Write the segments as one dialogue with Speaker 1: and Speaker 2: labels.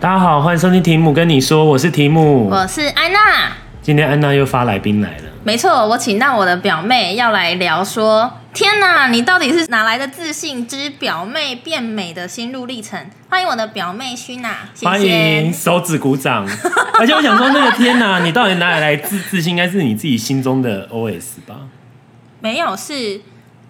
Speaker 1: 大家好，欢迎收听题目跟你说，我是题目。
Speaker 2: 我是安娜。
Speaker 1: 今天安娜又发来宾来了，
Speaker 2: 没错，我请到我的表妹要来聊说，天哪，你到底是哪来的自信之表妹变美的心路历程？欢迎我的表妹虚娜，谢
Speaker 1: 欢迎
Speaker 2: 谢。
Speaker 1: 手指鼓 掌。而且我想说，那个天哪，你到底哪里来自自信？应该是你自己心中的 OS 吧？
Speaker 2: 没有，是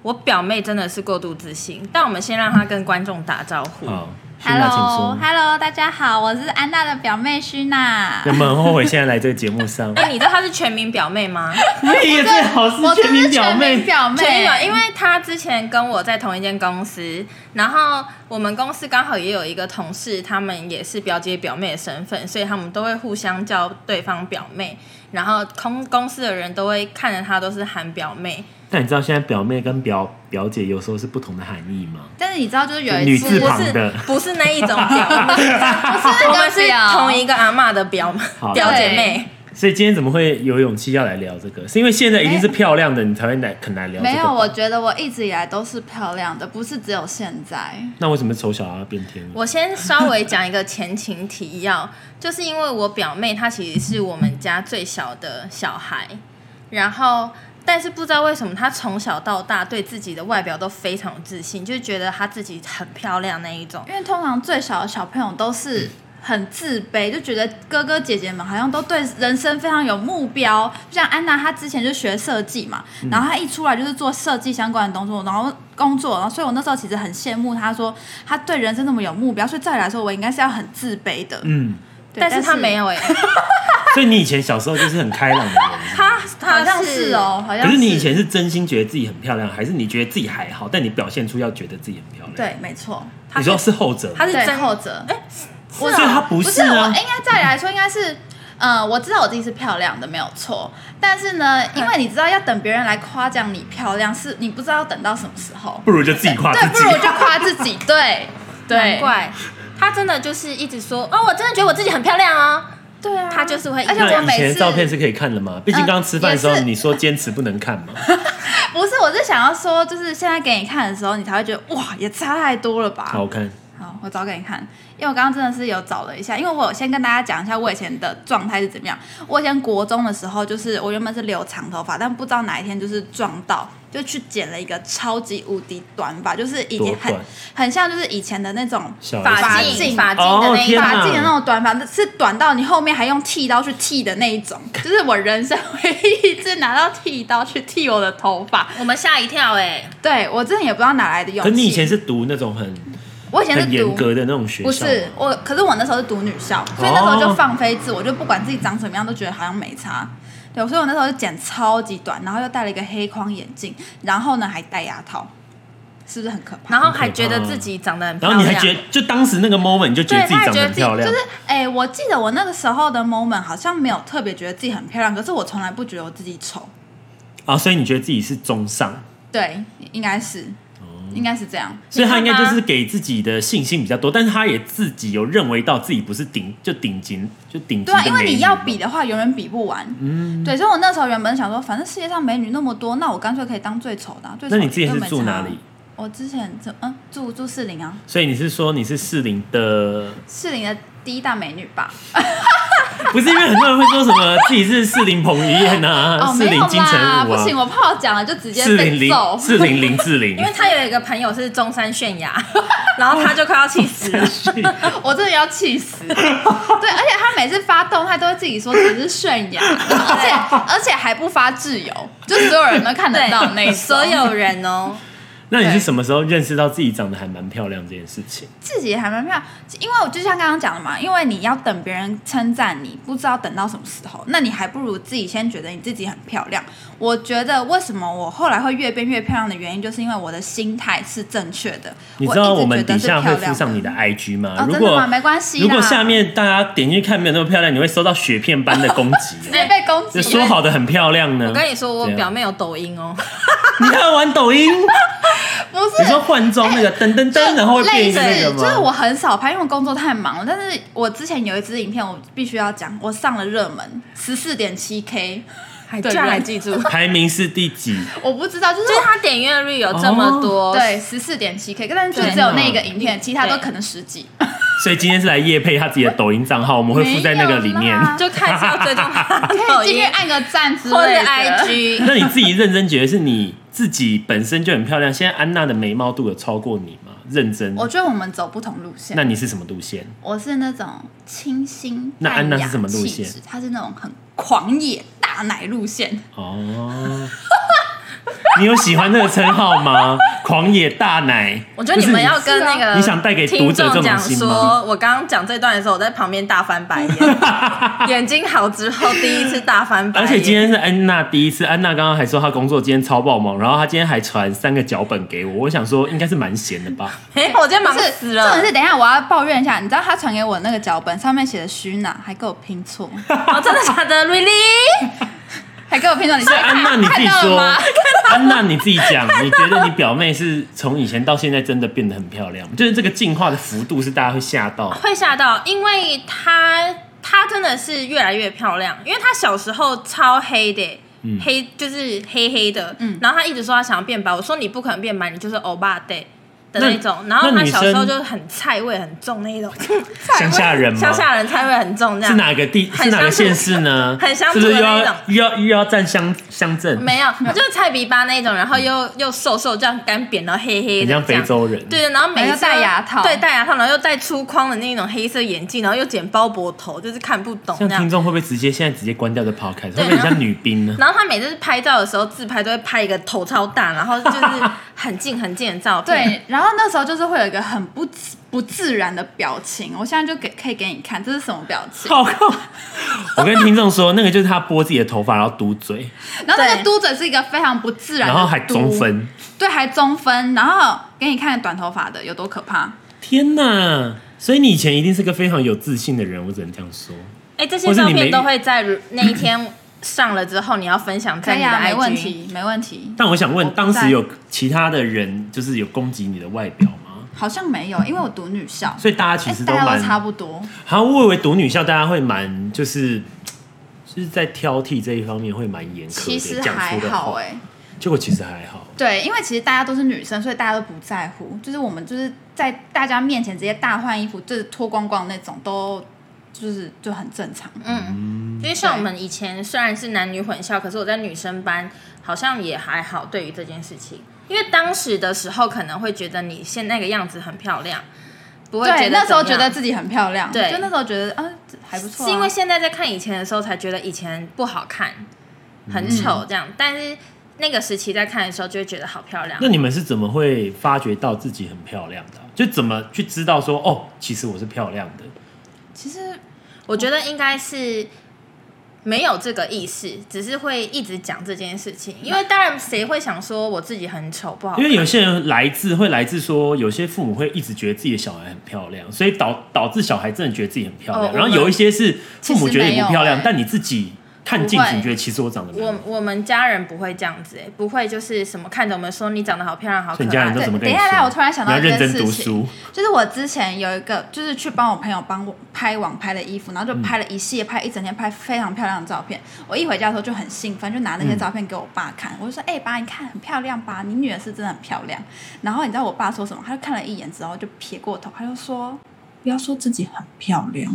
Speaker 2: 我表妹真的是过度自信，但我们先让她跟观众打招呼。
Speaker 1: 好，徐娜，请说。
Speaker 3: Hello，Hello，大家好，我是安娜的表妹徐娜。
Speaker 1: 有没有很后悔现在来这个节目 上？
Speaker 2: 哎、你知道她是全民表妹吗？
Speaker 1: 你也最好
Speaker 3: 我
Speaker 1: 是
Speaker 3: 真
Speaker 1: 全民
Speaker 3: 是
Speaker 1: 表
Speaker 3: 全
Speaker 1: 妹
Speaker 3: 民。表妹，
Speaker 2: 全民表，因为她之前跟我在同一间公司，然后我们公司刚好也有一个同事，他们也是表姐表妹的身份，所以他们都会互相叫对方表妹，然后公公司的人都会看着她都是喊表妹，
Speaker 1: 但你知道现在表妹跟表表姐有时候是不同的含义吗？
Speaker 3: 但是你知道，就是有
Speaker 1: 女
Speaker 3: 一
Speaker 1: 字
Speaker 3: 次
Speaker 2: 不
Speaker 1: 旁
Speaker 2: 是
Speaker 1: 的
Speaker 2: 不是那一种表 妹，
Speaker 3: 那个
Speaker 2: 我们是
Speaker 3: 表
Speaker 2: 同一个阿嬷的表
Speaker 1: 好
Speaker 2: 表姐妹。
Speaker 1: 所以今天怎么会有勇气要来聊这个？是因为现在一定是漂亮的，你才会来肯来聊这个吧。
Speaker 3: 没有，我觉得我一直以来都是漂亮的，不是只有现在。
Speaker 1: 那为什么丑小鸭变天了？
Speaker 2: 我先稍微讲一个前情提要， 就是因为我表妹她其实是我们家最小的小孩，然后但是不知道为什么她从小到大对自己的外表都非常有自信，就是觉得她自己很漂亮那一种。
Speaker 3: 因为通常最小的小朋友都
Speaker 1: 嗯
Speaker 3: 是很自卑，就觉得哥哥姐姐们好像都对人生非常有目标。就像安娜，她之前就学设计嘛，
Speaker 1: 嗯
Speaker 3: 然后她一出来就是做设计相关的工作，然后工作，然后所以我那时候其实很羡慕她说，她对人生那么有目标，所以照理来说，我应该是要很自卑的。
Speaker 1: 嗯，
Speaker 3: 对
Speaker 2: 但是她没， 有哎、
Speaker 1: 所以你以前小时候就是很开朗的人，
Speaker 2: 她她
Speaker 3: 好像是，哦，好像
Speaker 1: 可是你以前是真心觉得自己很漂亮，还是你觉得自己还好，但你表现出要觉得自己很漂亮？，
Speaker 3: 对，没错，
Speaker 1: 你说是后者吗，
Speaker 2: 她是
Speaker 3: 对
Speaker 2: 真
Speaker 3: 后者。
Speaker 1: 所以他不
Speaker 3: 不
Speaker 1: 是
Speaker 3: 是我，哎
Speaker 1: 啊
Speaker 3: 应。该照理来说应该是，呃，我知道我自己是漂亮的，没有错。但是呢，因为你知道要等别人来夸奖你漂亮，是你不知道要等到什么时候。
Speaker 1: 不如就自己夸
Speaker 3: 对，
Speaker 1: 自
Speaker 3: 不
Speaker 1: 己
Speaker 3: 如。我就夸自己。 对，
Speaker 2: 难
Speaker 3: 对，
Speaker 2: 怪。她真的就是一直说哦，我真的觉得我自己很漂亮哦。
Speaker 3: 对啊，
Speaker 2: 她就是会
Speaker 3: 而且
Speaker 1: 那
Speaker 3: 我
Speaker 1: 以
Speaker 3: 每
Speaker 1: 前的
Speaker 3: 次呃
Speaker 1: 照片是可以看的吗？毕竟刚刚吃饭的时候
Speaker 3: 也是
Speaker 1: 你说坚持不能看 嘛。
Speaker 3: 不是，我是想要说，就是现在给你看的时候，你才会觉得哇，也差太多了吧。
Speaker 1: 好，我看
Speaker 3: 好，我找给你看，因为我刚刚真的是有找了一下，因为我有先跟大家讲一下我以前的状态是怎么样。我以前国中的时候，就是我原本是留长头发，但不知道哪一天就是撞到，就去剪了一个超级无敌短发，就是以
Speaker 1: 多
Speaker 3: 前很
Speaker 1: 短，
Speaker 3: 很像就是以前的那种
Speaker 1: 小
Speaker 2: 发
Speaker 3: 发
Speaker 1: 镜
Speaker 2: 镜
Speaker 3: 镜
Speaker 2: 发镜的
Speaker 1: 哦
Speaker 2: 那一
Speaker 1: 天哪
Speaker 2: 把
Speaker 3: 发髻的那种短发，是短到你后面还用剃刀去剃的那 一种，就是我人生唯一一次拿到剃刀去剃我的头发。
Speaker 2: 我们吓一跳哎、
Speaker 3: 对我真的也不知道哪来的勇
Speaker 1: 可
Speaker 3: 气。
Speaker 1: 是你以前是读那种很
Speaker 3: 我以前
Speaker 1: 很
Speaker 3: 是
Speaker 1: 严
Speaker 3: 读
Speaker 1: 格的那种学校
Speaker 3: 不
Speaker 1: 吗，
Speaker 3: 是我，可是我那时候是读女校，所以那时候
Speaker 1: 哦
Speaker 3: 就放飞自我，就不管自己长什么样，都觉得好像没差。对，所以我那时候就剪超级短，然后又戴了一个黑框眼镜，然后呢还戴牙套，是不是很可怕？
Speaker 2: 然后还觉得自己长得很漂
Speaker 1: 嗯然
Speaker 2: 亮。
Speaker 1: 后你还觉得，就当时那个 moment 你就觉得
Speaker 2: 对
Speaker 1: 自己
Speaker 2: 他还
Speaker 1: 长得
Speaker 2: 觉得
Speaker 1: 很
Speaker 2: 自己
Speaker 1: 漂亮，
Speaker 3: 就是哎、我记得我那个时候的 moment 好像没有特别觉得自己很漂亮，可是我从来不觉得我自己丑。
Speaker 1: 啊，所以你觉得自己是中上，
Speaker 3: 对，应该是，
Speaker 1: 哦
Speaker 3: 应该是这样。
Speaker 1: 所以他应
Speaker 2: 你
Speaker 1: 该
Speaker 2: 看吧
Speaker 1: 就是给自己的信心比较多，但是他也自己有认为到自己不是顶就顶级就顶级
Speaker 3: 对啊，
Speaker 1: 的
Speaker 3: 因
Speaker 1: 美
Speaker 3: 为
Speaker 1: 女
Speaker 3: 你要比的话，永远比不完。嗯，对，所以我那时候原本想说，反正世界上美女那么多，那我干脆可以当最丑的啊、最丑
Speaker 1: 那
Speaker 3: 的
Speaker 1: 你之前
Speaker 3: 就是没
Speaker 1: 住
Speaker 3: 差
Speaker 1: 哪
Speaker 3: 啊
Speaker 1: 里？
Speaker 3: 我之前怎嗯住住士林啊，
Speaker 1: 所以你是说你是适龄 的，
Speaker 3: 士林的第一大美女吧？
Speaker 1: 不是因为很多人会说什么自己是适龄彭于晏啊，
Speaker 3: 哦，
Speaker 1: 适
Speaker 3: 没有
Speaker 1: 龄金城
Speaker 3: 啦，
Speaker 1: 武
Speaker 3: 不行，
Speaker 1: 啊，
Speaker 3: 我怕我讲了就直接
Speaker 1: 适龄
Speaker 3: 被
Speaker 1: 林
Speaker 3: 揍。
Speaker 1: 适龄林志 玲
Speaker 2: 因，为他有一个朋友是中山泫雅， 然后他就快要气死了。
Speaker 3: 我真的要气死。对，而且他每次发动态都会自己说自己是泫 雅，而且而且还不发自由，就所有人都看得到那
Speaker 2: 对，
Speaker 3: 种
Speaker 2: 所有人哦，
Speaker 1: 那你是
Speaker 3: 对
Speaker 1: 什么时候认识到自己长得还蛮漂亮这件事情？
Speaker 3: 自己还蛮漂亮，因为我就像刚刚讲的嘛，因为你要等别人称赞你，不知道等到什么时候，那你还不如自己先觉得你自己很漂亮。我觉得为什么我后来会越变越漂亮的原因，就是因为我的心态是正确的。
Speaker 1: 你知道
Speaker 3: 我
Speaker 1: 我
Speaker 3: 一直
Speaker 1: 们
Speaker 3: 觉
Speaker 1: 底
Speaker 3: 得是
Speaker 1: 下
Speaker 3: 漂
Speaker 1: 会
Speaker 3: 亮
Speaker 1: 附上你的 IG 吗？
Speaker 3: 哦，
Speaker 1: 如
Speaker 3: 真的
Speaker 1: 果
Speaker 3: 吗？没关系啦。
Speaker 1: 如果下面大家点进去看没有那么漂亮，你会收到雪片般的攻击
Speaker 3: 直
Speaker 1: 哦。
Speaker 3: 接 被攻击
Speaker 1: 就，说好的很漂亮呢？
Speaker 2: 我跟你说，我
Speaker 1: 怎样
Speaker 2: 表妹有抖音哦，
Speaker 1: 你还要玩抖 音？
Speaker 3: 不是
Speaker 1: 你说换装那个噔噔噔，然后会变
Speaker 3: 类
Speaker 1: 一
Speaker 3: 似
Speaker 1: 个那个，
Speaker 3: 就是
Speaker 1: 吗？
Speaker 3: 我很少拍，因为我工作太忙了。但是我之前有一支影片，我必须要讲，我上了热门十四点七 K，
Speaker 2: 还
Speaker 3: 对
Speaker 2: 居然还
Speaker 3: 人
Speaker 2: 记 住，就
Speaker 1: 排名是第几？
Speaker 3: 我不知道，就是
Speaker 2: 是他点阅率有这么多，
Speaker 3: 哦
Speaker 1: 哦
Speaker 3: 对，十四点七 K，但是就只有那个影片，其他都可能十几。
Speaker 1: 所以今天是来夜配他自己的抖音账号，我们会附在那个里
Speaker 3: 没有
Speaker 1: 面。
Speaker 3: 啦
Speaker 2: 就看是要追踪他的抖
Speaker 3: 可以进去
Speaker 2: 音
Speaker 3: 按个赞之
Speaker 2: 哦或者
Speaker 3: 类的。
Speaker 2: IG。
Speaker 1: 那你自己认真觉得是你自己本身就很漂亮，现在安娜的眉毛度有超过你吗？认真，
Speaker 3: 我觉得我们走不同路线。
Speaker 1: 那你是什么路线？
Speaker 3: 我是那种清新，
Speaker 1: 那安娜
Speaker 3: 淡雅
Speaker 1: 是什么路
Speaker 3: 气质
Speaker 1: 线？
Speaker 3: 她是那种很狂野大奶 路线。
Speaker 1: 哦， 你有喜欢这个称号吗？狂野大奶，
Speaker 2: 我觉得你们要跟那
Speaker 1: 不是
Speaker 2: 个
Speaker 1: 你想带给读者这
Speaker 2: 听众
Speaker 1: 种
Speaker 2: 讲
Speaker 1: 心吗？
Speaker 2: 说，我刚刚讲这段的时候，我在旁边大翻白眼， 眼睛好之后第一次大翻白
Speaker 1: 而
Speaker 2: 眼。
Speaker 1: 且 今天是安娜第一次，安娜刚刚还说她工作今天超爆忙，然后她今天还传三个脚本给我，我想说应该是蛮闲的吧。
Speaker 2: 哎，我今天忙
Speaker 3: 是，
Speaker 2: 死
Speaker 3: 重
Speaker 2: 了
Speaker 3: 点，是，等一下我要抱怨一下，你知道他传给我那个脚本上面写的虚哪，还给我拼 错，
Speaker 2: 哦真的假的？Really？
Speaker 3: 还给我拼错。你
Speaker 1: 所以哎安娜你自己
Speaker 3: 看到了
Speaker 1: 说
Speaker 3: 吗？，
Speaker 1: 安娜你自己讲，你觉得你表妹是从以前到现在真的变得很漂亮吗，就是这个进化的幅度是大家会吓 到。
Speaker 2: 会吓到，因为她她真的是越来越漂亮，因为她小时候超黑的。
Speaker 1: 嗯
Speaker 2: 黑就是黑黑的，
Speaker 3: 嗯
Speaker 2: 然后她一直说她想要变白，我说你不可能变白，你就是欧巴 day 的那种。然后
Speaker 1: 那
Speaker 2: 她
Speaker 1: 女生
Speaker 2: 小时候就是很菜味很重那一种，
Speaker 1: 乡下人吗？
Speaker 2: 乡下人菜味很重这
Speaker 1: 是
Speaker 2: 样。
Speaker 1: 哪个地？
Speaker 2: 很
Speaker 1: 是哪个
Speaker 2: 乡土
Speaker 1: 县市呢？
Speaker 2: 很乡
Speaker 1: 是
Speaker 2: 土
Speaker 1: 不
Speaker 2: 的
Speaker 1: 是又
Speaker 2: 那
Speaker 1: 要又要又要占乡乡镇？
Speaker 2: 没有，就是菜比巴那一种，然后又又瘦瘦这样干扁，然后黑黑的，
Speaker 1: 很像非洲人。
Speaker 2: 对，然后每
Speaker 3: 然后
Speaker 2: 次
Speaker 3: 戴牙套
Speaker 2: 对，戴牙套，然后又戴粗框的那种黑色眼镜，然后又剪包脖头，就是看不懂
Speaker 1: 像
Speaker 2: 那样
Speaker 1: 听。众会不会直接现在直接关掉的 podcast？会不会很
Speaker 2: 然后
Speaker 1: 像女兵 呢？
Speaker 2: 然后他每次拍照的时候自拍都会拍一个头超大，然后就是很近很近的照片。
Speaker 3: 对，然后那时候就是会有一个很不自不自然的表情，我现在就给可以给你看，这是什么表情？
Speaker 1: 好靠！我跟听众说，那个就是他拨自己的头发，然后嘟嘴，
Speaker 3: 然后那个
Speaker 2: 对
Speaker 3: 嘟嘴是一个非常不自然
Speaker 1: 然
Speaker 3: 的嘟，
Speaker 1: 后还中分。
Speaker 3: 对，还中分，然后给你看短头发的有多可怕。
Speaker 1: 天哪！所以你以前一定是个非常有自信的人，我只能这样说。
Speaker 2: 哎，这
Speaker 1: 或
Speaker 2: 些
Speaker 1: 是
Speaker 2: 照
Speaker 1: 你没
Speaker 2: 片都会在那一天上了之后，你要分享
Speaker 3: 可
Speaker 2: 在你
Speaker 3: 以
Speaker 2: 的
Speaker 3: 啊，没
Speaker 2: IG。
Speaker 3: 问题，没问题。
Speaker 1: 但我想问
Speaker 3: 我，不
Speaker 1: 当时
Speaker 3: 在
Speaker 1: 有其他的人就是有攻击你的外表吗？好
Speaker 3: 好像没有，因为我读女校，
Speaker 1: 所以大家其
Speaker 3: 哎
Speaker 1: 实都
Speaker 3: 大家
Speaker 1: 蛮
Speaker 3: 都差不多。
Speaker 1: 好像我以为读女校大家会蛮就是就是在挑剔这一方面会蛮严苛
Speaker 3: 其实
Speaker 1: 的，讲
Speaker 3: 还
Speaker 1: 出的
Speaker 3: 好
Speaker 1: 话
Speaker 3: 哎、，
Speaker 1: 结果其实还好。
Speaker 3: 对，因为其实大家都是女生，所以大家都不在乎。就是我们就是在大家面前直接大换衣服，就是脱光光那种，都就是就很正常。
Speaker 2: 嗯，因为像我们以前虽然是男女混校，可是我在女生班好像也还好。对于这件事情，因为当时的时候可能会觉得你现在那个样子很漂亮，不会觉
Speaker 3: 对，
Speaker 2: 得
Speaker 3: 那时候
Speaker 2: 怎样
Speaker 3: 觉得自己很漂亮，
Speaker 2: 对
Speaker 3: 就那时候觉得啊还不错啊、
Speaker 2: 是因为现在在看以前的时候，才觉得以前不好看，
Speaker 1: 嗯
Speaker 2: 很丑这样。但是那个时期在看的时候，就会觉得好漂亮
Speaker 1: 那。你们是怎么会发觉到自己很漂亮的啊？就怎么去知道说哦，其实我是漂亮的？
Speaker 3: 其实
Speaker 2: 我觉得应该是没有这个意识，只是会一直讲这件事情。因为当然谁会想说我自己很丑不好
Speaker 1: 因
Speaker 2: 看？
Speaker 1: 为有些人来自会来自说，有些父母会一直觉得自己的小孩很漂亮，所以导导致小孩真的觉得自己很漂
Speaker 2: 哦
Speaker 1: 亮。
Speaker 2: 我
Speaker 1: 然后
Speaker 2: 们
Speaker 1: 有一些是父母觉得你不漂亮，
Speaker 3: 其实没有欸
Speaker 1: 但你自己看镜
Speaker 3: 不
Speaker 1: 子
Speaker 3: 会
Speaker 1: 觉得其实我长得蛮
Speaker 2: 我我们家人不会这样子、欸，不会就是什么看着我们说你长得好漂亮、好可
Speaker 1: 所以你家人都
Speaker 2: 爱。
Speaker 1: 怎么跟
Speaker 3: 呃对
Speaker 1: 你
Speaker 3: 等一下
Speaker 1: 说
Speaker 3: 我突然想到
Speaker 1: 你要认
Speaker 3: 一件
Speaker 1: 真读
Speaker 3: 事情
Speaker 1: 书。
Speaker 3: 就是我之前有一个，就是去帮我朋友帮我拍网拍的衣服，然后就拍了一系列拍一整天拍非常漂亮的照片。我一回家的时候就很兴奋，就拿那些照片给我爸看，我就说：“哎、爸，你看很漂亮吧？你女儿是真的很漂亮。”然后你知道我爸说什么？他就看了一眼之后就撇过头，他就说。不要说自己很漂亮，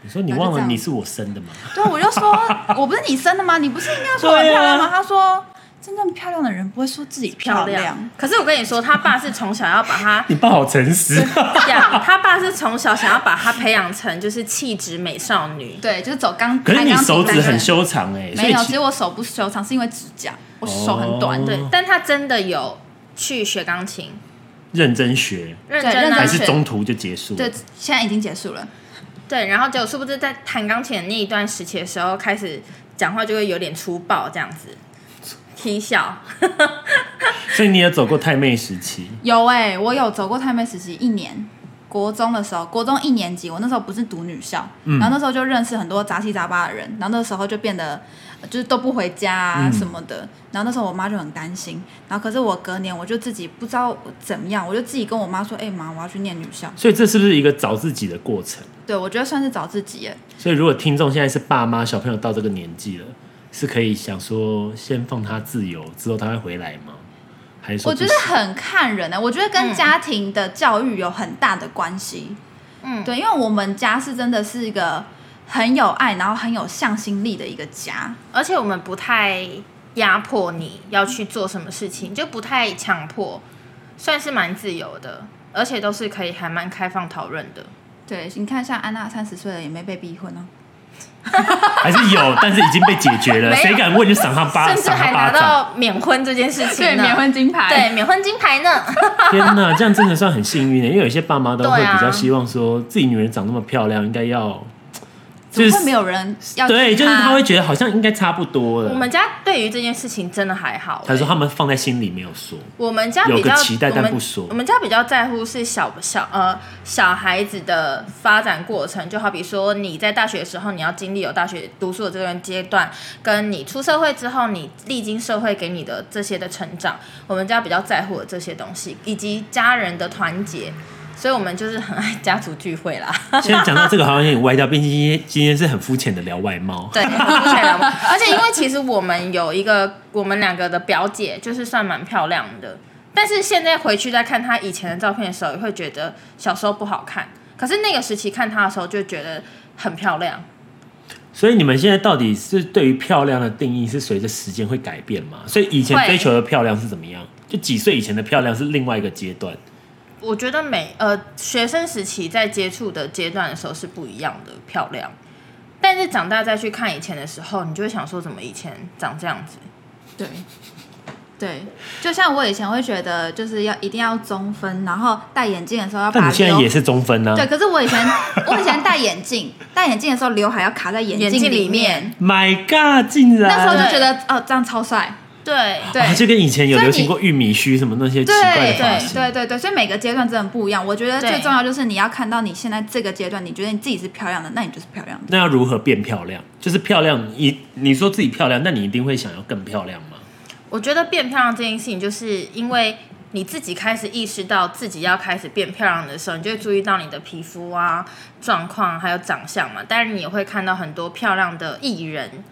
Speaker 1: 你说你
Speaker 3: 然后就
Speaker 1: 忘
Speaker 3: 这
Speaker 1: 了
Speaker 3: 样
Speaker 1: 你是我生 的吗？
Speaker 3: 对，我就说我不是你生的吗？你不是应该说我很漂亮吗？他说，真正漂亮的人不会说自己漂
Speaker 2: 漂亮，可是我跟你说，他爸是从小要把 他
Speaker 1: 你爸好诚实，
Speaker 2: 养，他爸是从小想要把他培养成就是气质美少女。
Speaker 3: 对，就是走刚。
Speaker 1: 可是你手指很修
Speaker 3: 修。
Speaker 1: 长 哎、所
Speaker 3: 没
Speaker 1: 以
Speaker 3: 有，其
Speaker 1: 其
Speaker 3: 实我手不修长，是因为指甲，我手很短。
Speaker 1: 哦
Speaker 2: 对，但他真的有去学钢琴，
Speaker 1: 认真学
Speaker 2: 认
Speaker 3: 对
Speaker 2: 真
Speaker 3: 认真
Speaker 2: 啊
Speaker 1: 还
Speaker 3: 学
Speaker 1: 是中途就结束了
Speaker 3: 对，现在已经结束了。
Speaker 2: 对，然后结果殊不知在弹钢琴的那一段时期的时候，开始讲话就会有点粗暴这样子，踢笑。
Speaker 1: 所以你也走过太妹时期，
Speaker 3: 有哎、我有走过太妹时期一年，国中的时候，国中一年级，我那时候不是读女校，
Speaker 1: 嗯
Speaker 3: 然后那时候就认识很多杂七杂八的人，然后那时候就变得呃就是都不回家、啊什么
Speaker 1: 嗯
Speaker 3: 的，然后那时候我妈就很担心，然后可是我隔年我就自己不知道怎么样，我就自己跟我妈说，哎、妈，我要去念女校，
Speaker 1: 所以这是不是一个找自己的过程？
Speaker 3: 对我觉得算是找自己耶，
Speaker 1: 所以如果听众现在是爸妈，小朋友到这个年纪了，是可以想说先放他自由，之后他会回来吗？还是说
Speaker 3: 我
Speaker 1: 不
Speaker 3: 欸觉
Speaker 1: 行
Speaker 3: 得很看人呢、我觉得跟家庭的教育有很大的关系。
Speaker 2: 嗯，
Speaker 3: 对，因为我们家是真的是一个很有爱，然后很有向心力的一个家。
Speaker 2: 而且我们不太压迫你要去做什么事情，就不太强迫，算是蛮自由的，而且都是可以还蛮开放讨论的。
Speaker 3: 对，你看像安娜三十岁了也没被逼婚啊，
Speaker 1: 还是有，但是已经被解决 了，
Speaker 2: 没有
Speaker 1: 谁敢问就赏他巴，
Speaker 2: 甚至
Speaker 1: 赏他
Speaker 2: 还
Speaker 1: 巴
Speaker 2: 拿
Speaker 1: 掌。
Speaker 2: 到免婚这件事情呢，
Speaker 3: 金牌
Speaker 2: 对免婚金牌呢，
Speaker 1: 天哪，这样真的算很幸运的，欸因为有些爸妈都会
Speaker 2: 对啊
Speaker 1: 比较希望说自己女儿长那么漂亮，应该要
Speaker 3: 怎么会没有人要
Speaker 1: 对，
Speaker 3: 娶
Speaker 1: 就是他会觉得好像应该差不多了。
Speaker 2: 我们家对于这件事情真的还好、
Speaker 1: 他说
Speaker 2: 欸
Speaker 1: 他们放在心里没有说，
Speaker 2: 我们家比
Speaker 1: 有个
Speaker 2: 较
Speaker 1: 期待但
Speaker 2: 我们
Speaker 1: 不说
Speaker 2: 我们家比较在乎是小小呃小孩子的发展过程，就好比说你在大学的时候，你要经历有大学读书的这段阶段，跟你出社会之后，你历经社会给你的这些的成长，我们家比较在乎的这些东西，以及家人的团结，所以我们就是很爱家族聚会啦。
Speaker 1: 现在讲到这个好像有点歪掉，毕竟今天今天是很肤浅的聊外貌。
Speaker 2: 对，很肤浅了而且因为其实我们有一个我们两个的表姐，就是算蛮漂亮的，但是现在回去再看她以前的照片的时候，也会觉得小时候不好看。可是那个时期看她的时候，就觉得很漂亮。
Speaker 1: 所以你们现在到底是对于漂亮的定义是随着时间会改变吗？所以以前
Speaker 2: 会
Speaker 1: 追求的漂亮是怎么样？就几岁以前的漂亮是另外一个阶段。
Speaker 2: 我觉得每呃学生时期在接触的阶段的时候是不一样的漂亮，但是长大再去看以前的时候，你就会想说，怎么以前长这样子？
Speaker 3: 对。对，就像我以前会觉得，就是要一定要中分，然后戴眼镜的时候要把
Speaker 1: 但你现在
Speaker 3: 刘
Speaker 1: 也是中分啊呢、
Speaker 3: 对，可是我以前我以前戴眼镜，戴眼镜的时候刘海要卡在眼
Speaker 2: 眼
Speaker 3: 镜
Speaker 2: 镜
Speaker 3: 里
Speaker 2: 里
Speaker 3: 面
Speaker 2: 面，
Speaker 1: My God，竟然
Speaker 3: 那时候就
Speaker 2: 对
Speaker 3: 觉得哦，这样超帅，
Speaker 2: 对
Speaker 3: 对
Speaker 1: 啊，就跟以前有
Speaker 3: 所以
Speaker 1: 流
Speaker 3: 你
Speaker 1: 行过玉米须什么那些奇怪的
Speaker 3: 对
Speaker 1: 发
Speaker 3: 对
Speaker 1: 型。
Speaker 3: 对对对，所以每个阶段真的不一样。我觉得
Speaker 2: 对
Speaker 3: 最重要就是你要看到你现在这个阶段，你觉得你自己是漂亮的，那你就是漂亮的。
Speaker 1: 那要如何变漂亮？就是漂亮，你你说自己漂亮，那你一定会想要更漂亮吗？
Speaker 2: 我觉得变漂亮这件事情，就是因为你自己开始意识到自己要开始变漂亮的时候，你就会注意到你的皮肤啊、状况还有长相嘛。当然，你也会看到很多漂亮的艺人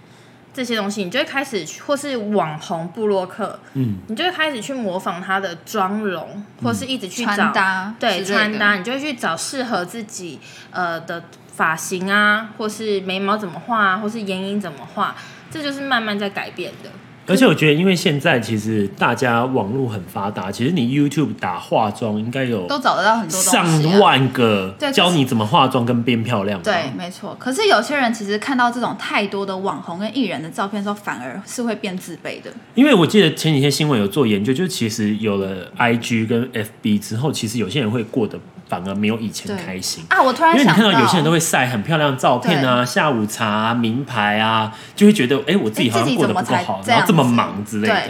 Speaker 2: 这些东西，你就会开始或是网红布洛克，
Speaker 1: 嗯，
Speaker 2: 你就会开始去模仿他的妆容，或是一直去找
Speaker 3: 穿搭
Speaker 2: 对
Speaker 3: 之类的
Speaker 2: 穿搭，你就会去找适合自己呃的发型啊，或是眉毛怎么画啊，或是眼影怎么画，这就是慢慢在改变的。
Speaker 1: 而且我觉得，因为现在其实大家网络很发达，其实你 YouTube 打化妆应该有
Speaker 3: 都找得到很多东西啊、
Speaker 1: 嗯上万个
Speaker 3: 对可是
Speaker 1: 教你怎么化妆跟变漂亮吧。
Speaker 3: 对，没错。可是有些人其实看到这种太多的网红跟艺人的照片的时候，反而是会变自卑的。
Speaker 1: 因为我记得前几天新闻有做研究，就是其实有了 IG 跟 FB 之后，其实有些人会过得反而没有以前开心。
Speaker 3: 啊，我突然
Speaker 1: 因为你
Speaker 3: 想
Speaker 1: 看到有些人都
Speaker 3: 会
Speaker 1: 会晒很漂亮的照片啊、下午茶啊、名牌啊，就会觉得哎、诶我自己好像过得不够好，然后这么忙之类的
Speaker 3: 对。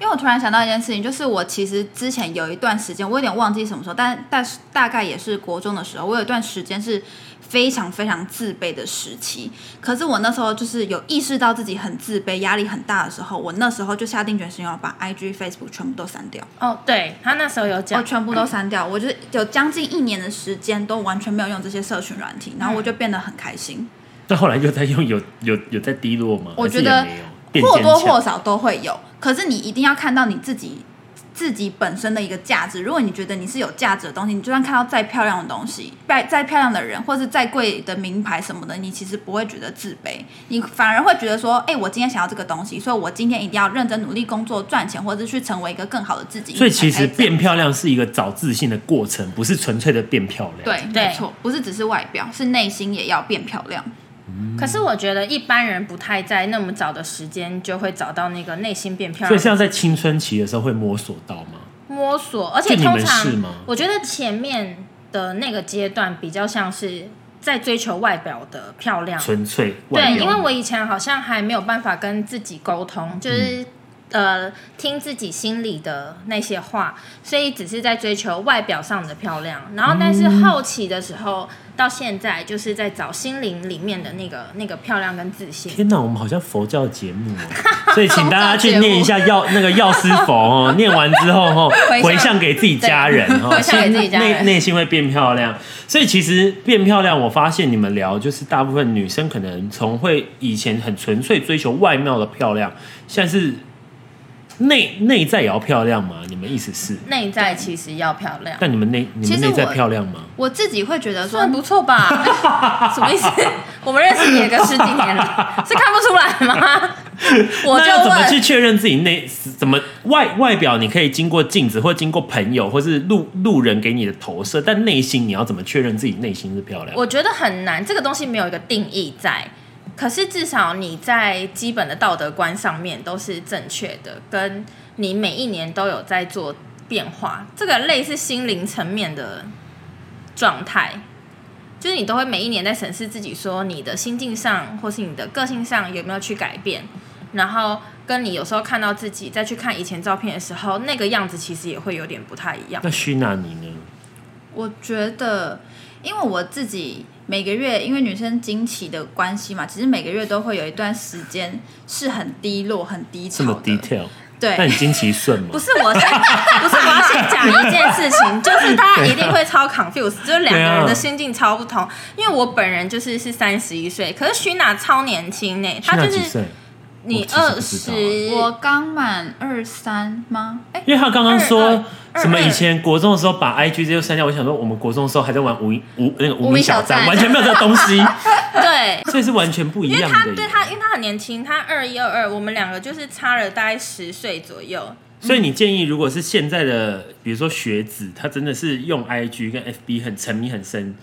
Speaker 3: 因为我突然想到一件事情，就是我其实之前有一段时间，我有点忘记什么时候，但但是大概也是国中的时候，我有一段时间是非常非常自卑的时期。可是我那时候就是有意识到自己很自卑、压力很大的时候，我那时候就下定决心要把 IG、Facebook 全部都删掉。
Speaker 2: 哦，对他那时候有
Speaker 3: 我
Speaker 2: 讲，
Speaker 3: 全部都删掉，我就是有将近一年的时间都完全没有用这些社群软体，然后我就变得很开心，
Speaker 1: 那后来又在用有有有在低落吗？
Speaker 3: 我觉
Speaker 1: 还
Speaker 3: 得
Speaker 1: 是也没有变
Speaker 3: 或
Speaker 1: 坚
Speaker 3: 多
Speaker 1: 强
Speaker 3: 或少都会有。可是你一定要看到你自己自己本身的一个价值。如果你觉得你是有价值的东西，你就算看到再漂亮的东西、再再漂亮的人，或是再贵的名牌什么的，你其实不会觉得自卑，你反而会觉得说，哎、我今天想要这个东西，所以我今天一定要认真努力工作赚钱，或者是去成为一个更好的自己。
Speaker 1: 所以其实
Speaker 3: 你才可以这
Speaker 1: 变
Speaker 3: 样
Speaker 1: 漂亮是一个找自信的过程，不是纯粹的变漂亮。
Speaker 3: 对，
Speaker 2: 对
Speaker 3: 没错，不是只是外表，是内心也要变漂亮。
Speaker 1: 嗯
Speaker 2: 可是我觉得一般人不太在那么早的时间就会找到那个内心变漂
Speaker 1: 所以
Speaker 2: 亮
Speaker 1: 是
Speaker 2: 的
Speaker 1: 要在青春期的时候会摸索到吗？
Speaker 2: 摸索，而且
Speaker 1: 这你们
Speaker 2: 通常
Speaker 1: 是吗
Speaker 2: 我觉得前面的那个阶段比较像是在追求外表的漂亮，
Speaker 1: 纯粹外
Speaker 2: 啊对，
Speaker 1: 表
Speaker 2: 因为我以前好像还没有办法跟自己沟
Speaker 1: 嗯
Speaker 2: 通，就是、呃听自己心里的那些话，所以只是在追求外表上的漂亮。然后，但是后期的时候、到现在，就是在找心灵里面的那个那个漂亮跟自信。
Speaker 1: 天哪，我们好像佛教节目哦， 所以请大家
Speaker 3: 宗教节
Speaker 1: 去
Speaker 3: 目
Speaker 1: 念一下药那个药师佛哦，念完之后哦，
Speaker 2: 回向
Speaker 1: 回向给自己家人哦，
Speaker 2: 回向给自己
Speaker 1: 心
Speaker 2: 家人
Speaker 1: 内内心会变漂亮。所以其实变漂亮，我发现你们聊就是大部分女生可能从会以前很纯粹追求外貌的漂亮，现在是内内在也要漂亮嘛？你们意思是？
Speaker 2: 内在其实要漂亮，
Speaker 1: 但你们内你
Speaker 3: 其
Speaker 1: 们
Speaker 3: 实
Speaker 1: 内在
Speaker 3: 我
Speaker 1: 漂亮吗？
Speaker 3: 我自己会觉得说
Speaker 2: 算，不错 吧？什么意思？我们认识你也个十几年了，是看不出来 吗？我
Speaker 1: 那
Speaker 2: 就
Speaker 1: 要怎么去
Speaker 2: 问，
Speaker 1: 确认自己内怎么外外表？你可以经过镜子，或经过朋友，或是路路人给你的投射，但内心你要怎么确认自己内心是漂亮？
Speaker 2: 我觉得很难，这个东西没有一个定义在。可是至少你在基本的道德观上面都是正确的，跟你每一年都有在做变化，这个类似心灵层面的状态。就是你都会每一年在审视自己，说你的心境上或是你的个性上有没有去改变，然后跟你有时候看到自己再去看以前照片的时候，那个样子其实也会有点不太一样
Speaker 1: 那。徐娜你呢？
Speaker 3: 我觉得，因为我自己每个月，因为女生经期的关系嘛，其实每个月都会有一段时间是很低落、很低
Speaker 1: 这
Speaker 3: 潮
Speaker 1: 么
Speaker 3: 的。
Speaker 1: detail，那
Speaker 3: 对
Speaker 1: 你，惊奇顺吗？
Speaker 2: 不是我 先，不是我要先讲一件事情，就是大家一定会超 confused，就是 两个人的心境超不同。因为我本人就是是三十一岁，可是徐娜超年轻呢、
Speaker 1: 徐
Speaker 2: 她
Speaker 1: 娜
Speaker 2: 就
Speaker 1: 几
Speaker 2: 是
Speaker 1: 岁？
Speaker 2: 你
Speaker 1: 我其实
Speaker 2: 二
Speaker 1: 不知
Speaker 2: 十
Speaker 1: 道，啊
Speaker 3: 我刚满二三吗？哎、
Speaker 1: 因为他刚刚说
Speaker 2: 二二
Speaker 1: 什么
Speaker 2: 二二
Speaker 1: 以前国中的时候把 IG 这些删掉，我想说我们国中的时候还在玩无名无那个无
Speaker 3: 无
Speaker 1: 名
Speaker 3: 名
Speaker 1: 小
Speaker 3: 小
Speaker 1: 站，
Speaker 3: 站
Speaker 1: 完全没有这个东 西，
Speaker 2: 对，
Speaker 1: 所以是完全不一
Speaker 2: 因为
Speaker 1: 样
Speaker 2: 他
Speaker 1: 的耶。
Speaker 2: 对他，因为他很年轻，他二一二二，我们两个就是差了大概十岁左右。
Speaker 1: 所以你建议，如果是现在的，比如说学子，他真的是用 IG 跟 FB 很沉迷很深，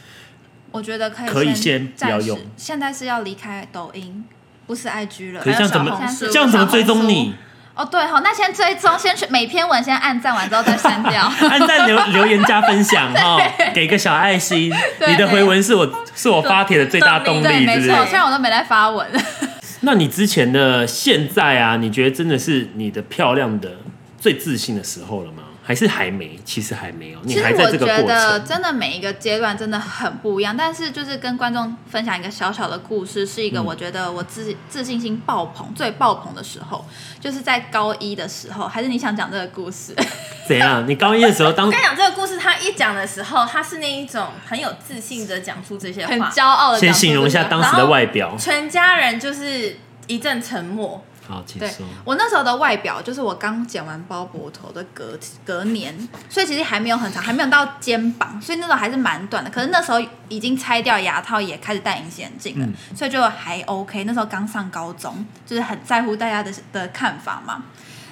Speaker 3: 我觉得可以
Speaker 1: 可以先
Speaker 3: 先
Speaker 1: 不要
Speaker 3: 暂时
Speaker 1: 用
Speaker 3: 现在是要离开抖音，不是 IG 了。
Speaker 1: 可是这样怎么
Speaker 2: 还有小红书
Speaker 1: 这样怎么追踪
Speaker 3: 小红
Speaker 1: 你？
Speaker 3: 哦，对好，那先追踪，先去每篇文先按赞完之后再删 掉。
Speaker 1: 按赞留留言加分 享哈，给个小爱心。
Speaker 3: 对
Speaker 1: 你的回文是我是我发帖的最大动
Speaker 3: 对，
Speaker 1: 力，
Speaker 3: 没
Speaker 1: 是不
Speaker 3: 错，虽
Speaker 1: 是？
Speaker 3: 然我都没在发文。
Speaker 1: 那你之前的现在啊，你觉得真的是你的漂亮的最自信的时候了吗？还是还没？其实还没有，哦你
Speaker 3: 其实
Speaker 1: 还在
Speaker 3: 我
Speaker 1: 这个
Speaker 3: 觉
Speaker 1: 过
Speaker 3: 得
Speaker 1: 程。
Speaker 3: 真的每一个阶段真的很不一样，但是就是跟观众分享一个小小的故事，是一
Speaker 1: 嗯
Speaker 3: 个我觉得我自自信心爆棚最爆棚的时候，就是在高一的时候。还是你想讲这个故事？
Speaker 1: 怎样？你高一的时候 当
Speaker 2: 我跟你讲这个故事，他一讲的时候，他是那一种很有自信的讲出这些
Speaker 3: 很
Speaker 2: 话，
Speaker 3: 骄傲的
Speaker 1: 先形容一下当时的外表。
Speaker 2: 全家人就是一阵沉默。
Speaker 1: 好，请
Speaker 3: 对
Speaker 1: 说。
Speaker 3: 我那时候的外表，就是我刚剪完包脖头的隔隔年，所以其实还没有很长，还没有到肩膀，所以那时候还是蛮短的。可是那时候已经拆掉牙套，也开始戴隐形眼镜了，所以就还 OK。那时候刚上高中，就是很在乎大家的的看法嘛。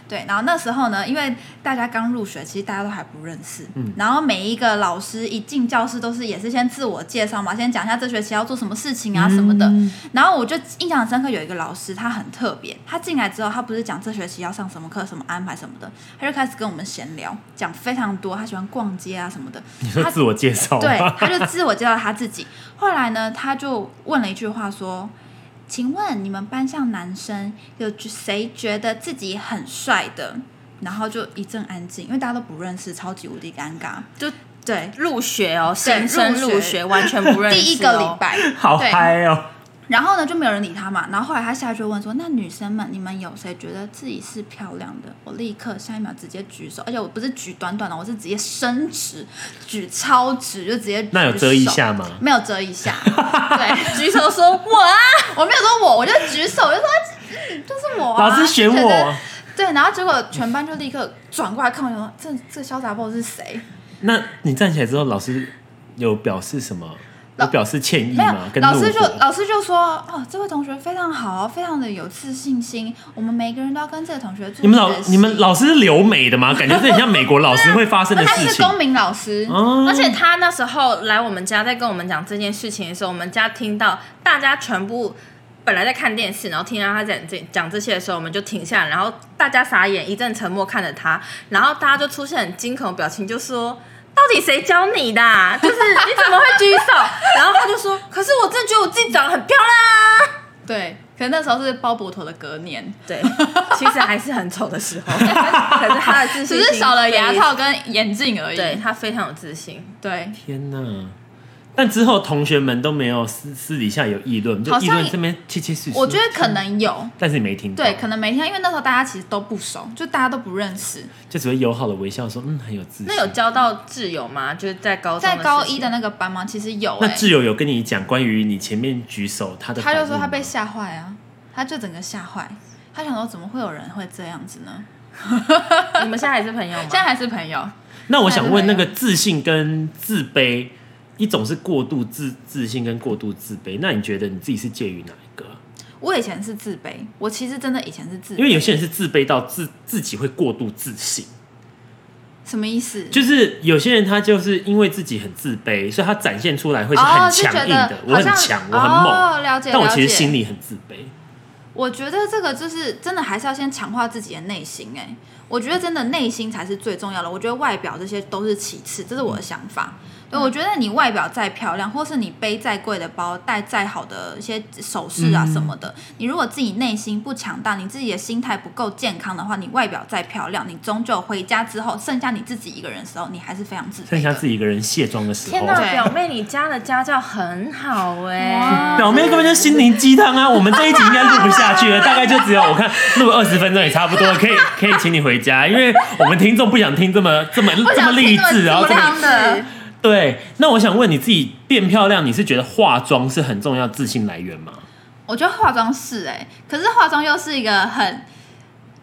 Speaker 3: 对，然后那时候呢，因为大家刚入学，其实大家都还不认识。嗯。然后每一个老师一进教室都是也是先自我介绍嘛，先讲一下这学期要做什么事情啊什么的。
Speaker 1: 嗯
Speaker 3: 然后我就印象很深刻，有一个老师他很特别，他进来之后，他不是讲这学期要上什么课、什么安排什么的，他就开始跟我们闲聊，讲非常多，他喜欢逛街啊什么的。
Speaker 1: 你说
Speaker 3: 他
Speaker 1: 自我介绍
Speaker 3: 对
Speaker 1: 吗，
Speaker 3: 他就自我介绍他自己。 后来呢，他就问了一句话说：“请问你们班上男生有觉谁觉得自己很帅的？”然后就一阵安静，因为大家都不认识，超级无敌尴尬。
Speaker 2: 就
Speaker 3: 对，
Speaker 2: 入学哦，
Speaker 3: 对
Speaker 2: 新生
Speaker 3: 入学
Speaker 2: 入学完全不认识、哦。
Speaker 3: 第一个礼 拜，
Speaker 1: 好
Speaker 3: 对
Speaker 1: 嗨哦！
Speaker 3: 然后呢就没有人理他嘛。然后后来他下一句问说：“那女生们，你们有谁觉得自己是漂亮的？”我立刻下一秒直接举手，而且我不是举短短的，我是直接伸直，举超直，就直接举
Speaker 1: 那有遮一
Speaker 3: 手
Speaker 1: 下吗？
Speaker 3: 没有遮一下，对。
Speaker 2: 举 手说我啊，
Speaker 3: 我没有说我，我就举手，我就说嗯就是我、啊。
Speaker 1: 老师选
Speaker 3: 就觉得
Speaker 1: 我。。
Speaker 3: 对，然后结果全班就立刻转过来看我，想说这这潇洒 boss 是谁？
Speaker 1: 那你站起来之后，老师有表示什么？有
Speaker 3: 老
Speaker 1: 表示歉意
Speaker 3: 没有
Speaker 1: 吗？，跟
Speaker 3: 老师
Speaker 1: 怒
Speaker 3: 就
Speaker 1: 火
Speaker 3: 老师就说，哦，这位同学非常好，非常的有自信心，我们每个人都要跟这个同学做
Speaker 1: 你们老
Speaker 3: 学习
Speaker 1: 你们老师是留美的吗？感觉这很像美国老师会发生的
Speaker 3: 他
Speaker 1: 事
Speaker 3: 是
Speaker 1: 情。
Speaker 3: 公民老师，
Speaker 1: 哦
Speaker 2: 而且他那时候来我们家，在跟我们讲这件事情的时候，我们家听到大家全部本来在看电视，然后听到他讲这讲这些的时候，我们就停下来，然后大家傻眼，一阵沉默看着他，然后大家就出现很惊恐的表情，就说。到底谁教你的、啊？就是你怎么会举手？然后他就说：“可是我真的觉得我自己长得很漂亮啊。
Speaker 3: 对，可能那时候是包捕头的隔年，”
Speaker 2: 对，其实还是很丑的时 候，可是他的自信
Speaker 3: 只
Speaker 2: 心
Speaker 3: 是少了牙
Speaker 2: 非
Speaker 3: 套跟眼镜而已。
Speaker 2: 对他非常有自信。
Speaker 3: 对，
Speaker 1: 天哪！但之后同学们都没有私私底下有议论，就
Speaker 3: 好
Speaker 1: 议
Speaker 3: 像
Speaker 1: 论这边窃窃私私。
Speaker 3: 我觉得可能有，
Speaker 1: 但是你没听到，
Speaker 3: 对，可能每天因为那时候大家其实都不熟，就大家都不认识，
Speaker 1: 就只会友好的微笑说：“嗯，很有自信。”
Speaker 2: 那有交到挚友吗？就是在高中
Speaker 3: 在高一的
Speaker 2: 的
Speaker 3: 那个班吗？其实有、
Speaker 1: 那
Speaker 3: 欸，
Speaker 1: 挚友有跟你讲关于你前面举手他的
Speaker 3: 他
Speaker 1: 反应吗，
Speaker 3: 就说他被吓坏啊，他就整个吓坏，他想说怎么会有人会这样子呢？
Speaker 2: 你们现在还是朋友吗？
Speaker 3: 现在还是朋友。
Speaker 1: 那我想问，那个自信跟自卑，一种是过度自自信跟过度自卑，那你觉得你自己是介于哪一个？
Speaker 3: 我以前是自卑，我其实真的以前是自
Speaker 1: 因
Speaker 3: 卑，
Speaker 1: 为有些人是自卑到自自己会过度自信，
Speaker 3: 什么意思？
Speaker 1: 就是有些人他就是因为自己很自卑，所以他展现出来会是
Speaker 3: 哦，
Speaker 1: 很
Speaker 3: 是
Speaker 1: 强
Speaker 3: 觉
Speaker 1: 硬
Speaker 3: 得
Speaker 1: 的，我
Speaker 3: 好
Speaker 1: 很
Speaker 3: 像
Speaker 1: 强，我很猛，
Speaker 3: 哦，了解。
Speaker 1: 但我其
Speaker 3: 了
Speaker 1: 实
Speaker 3: 解
Speaker 1: 心里很自卑。
Speaker 3: 我觉得这个就是真的，还是要先强化自己的内心、哎，我觉得真的内心才是最重要的。我觉得外表这些都是其次，这是我的想法。
Speaker 1: 嗯
Speaker 3: 对，我觉得你外表再漂亮，或是你背再贵的包，戴再好的一些首饰
Speaker 1: 嗯
Speaker 3: 啊什么的，你如果自己内心不强大，你自己的心态不够健康的话，你外表再漂亮，你终究回家之后剩下你自己一个人的时候，你还是非常自卑
Speaker 1: 剩下
Speaker 3: 的。
Speaker 1: 自己一个人卸妆的时
Speaker 2: 天
Speaker 1: 候，
Speaker 2: 哪，
Speaker 3: 对
Speaker 2: 表妹，你家的家教很好哎、
Speaker 3: 哇
Speaker 1: 表妹根本就是心灵鸡汤啊！我们这一集应该录不下去了，大概就只有我看录二十分钟也差不多，可以可以请你回家，因为我们听众不想听这么这么这么励志，然后这么
Speaker 3: 样的，
Speaker 1: 对。那我想问你自己变漂亮，你是觉得化妆是很重要自信来源吗？
Speaker 3: 我觉得化妆是哎、可是化妆又是一个很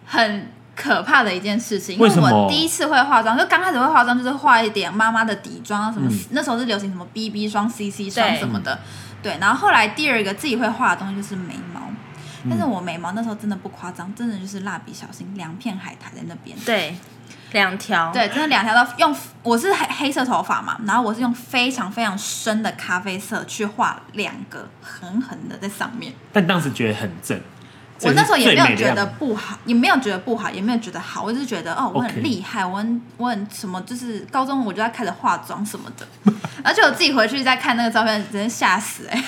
Speaker 3: 很可怕的一件事情，因
Speaker 1: 为什么
Speaker 3: 我第一次会化妆，就刚开始会化妆就是画一点妈妈的底妆啊，什么、
Speaker 1: 嗯
Speaker 3: 那时候是流行什么 BB 霜、CC 霜
Speaker 2: 对
Speaker 3: 什么的，对。然后后来第二个自己会画的东西就是眉毛，
Speaker 1: 嗯
Speaker 3: 但是我眉毛那时候真的不夸张，真的就是蜡笔小新两片海苔在那边，
Speaker 2: 对，两条，
Speaker 3: 对，真的两条到用，我是黑黑色头发嘛，然后我是用非常非常深的咖啡色去画两个狠狠的在上面。
Speaker 1: 但当时觉得很正，
Speaker 3: 我那时候也没
Speaker 1: 这是最美
Speaker 3: 有
Speaker 1: 的
Speaker 3: 觉
Speaker 1: 样
Speaker 3: 得
Speaker 1: 子
Speaker 3: 不好，也没有觉得不好，也没有觉得好，我就是觉得哦，我
Speaker 1: OK
Speaker 3: 很厉害我很我很什么，就是高中我就在开始化妆什么的，而且我自己回去再看那个照片，真的吓死哎、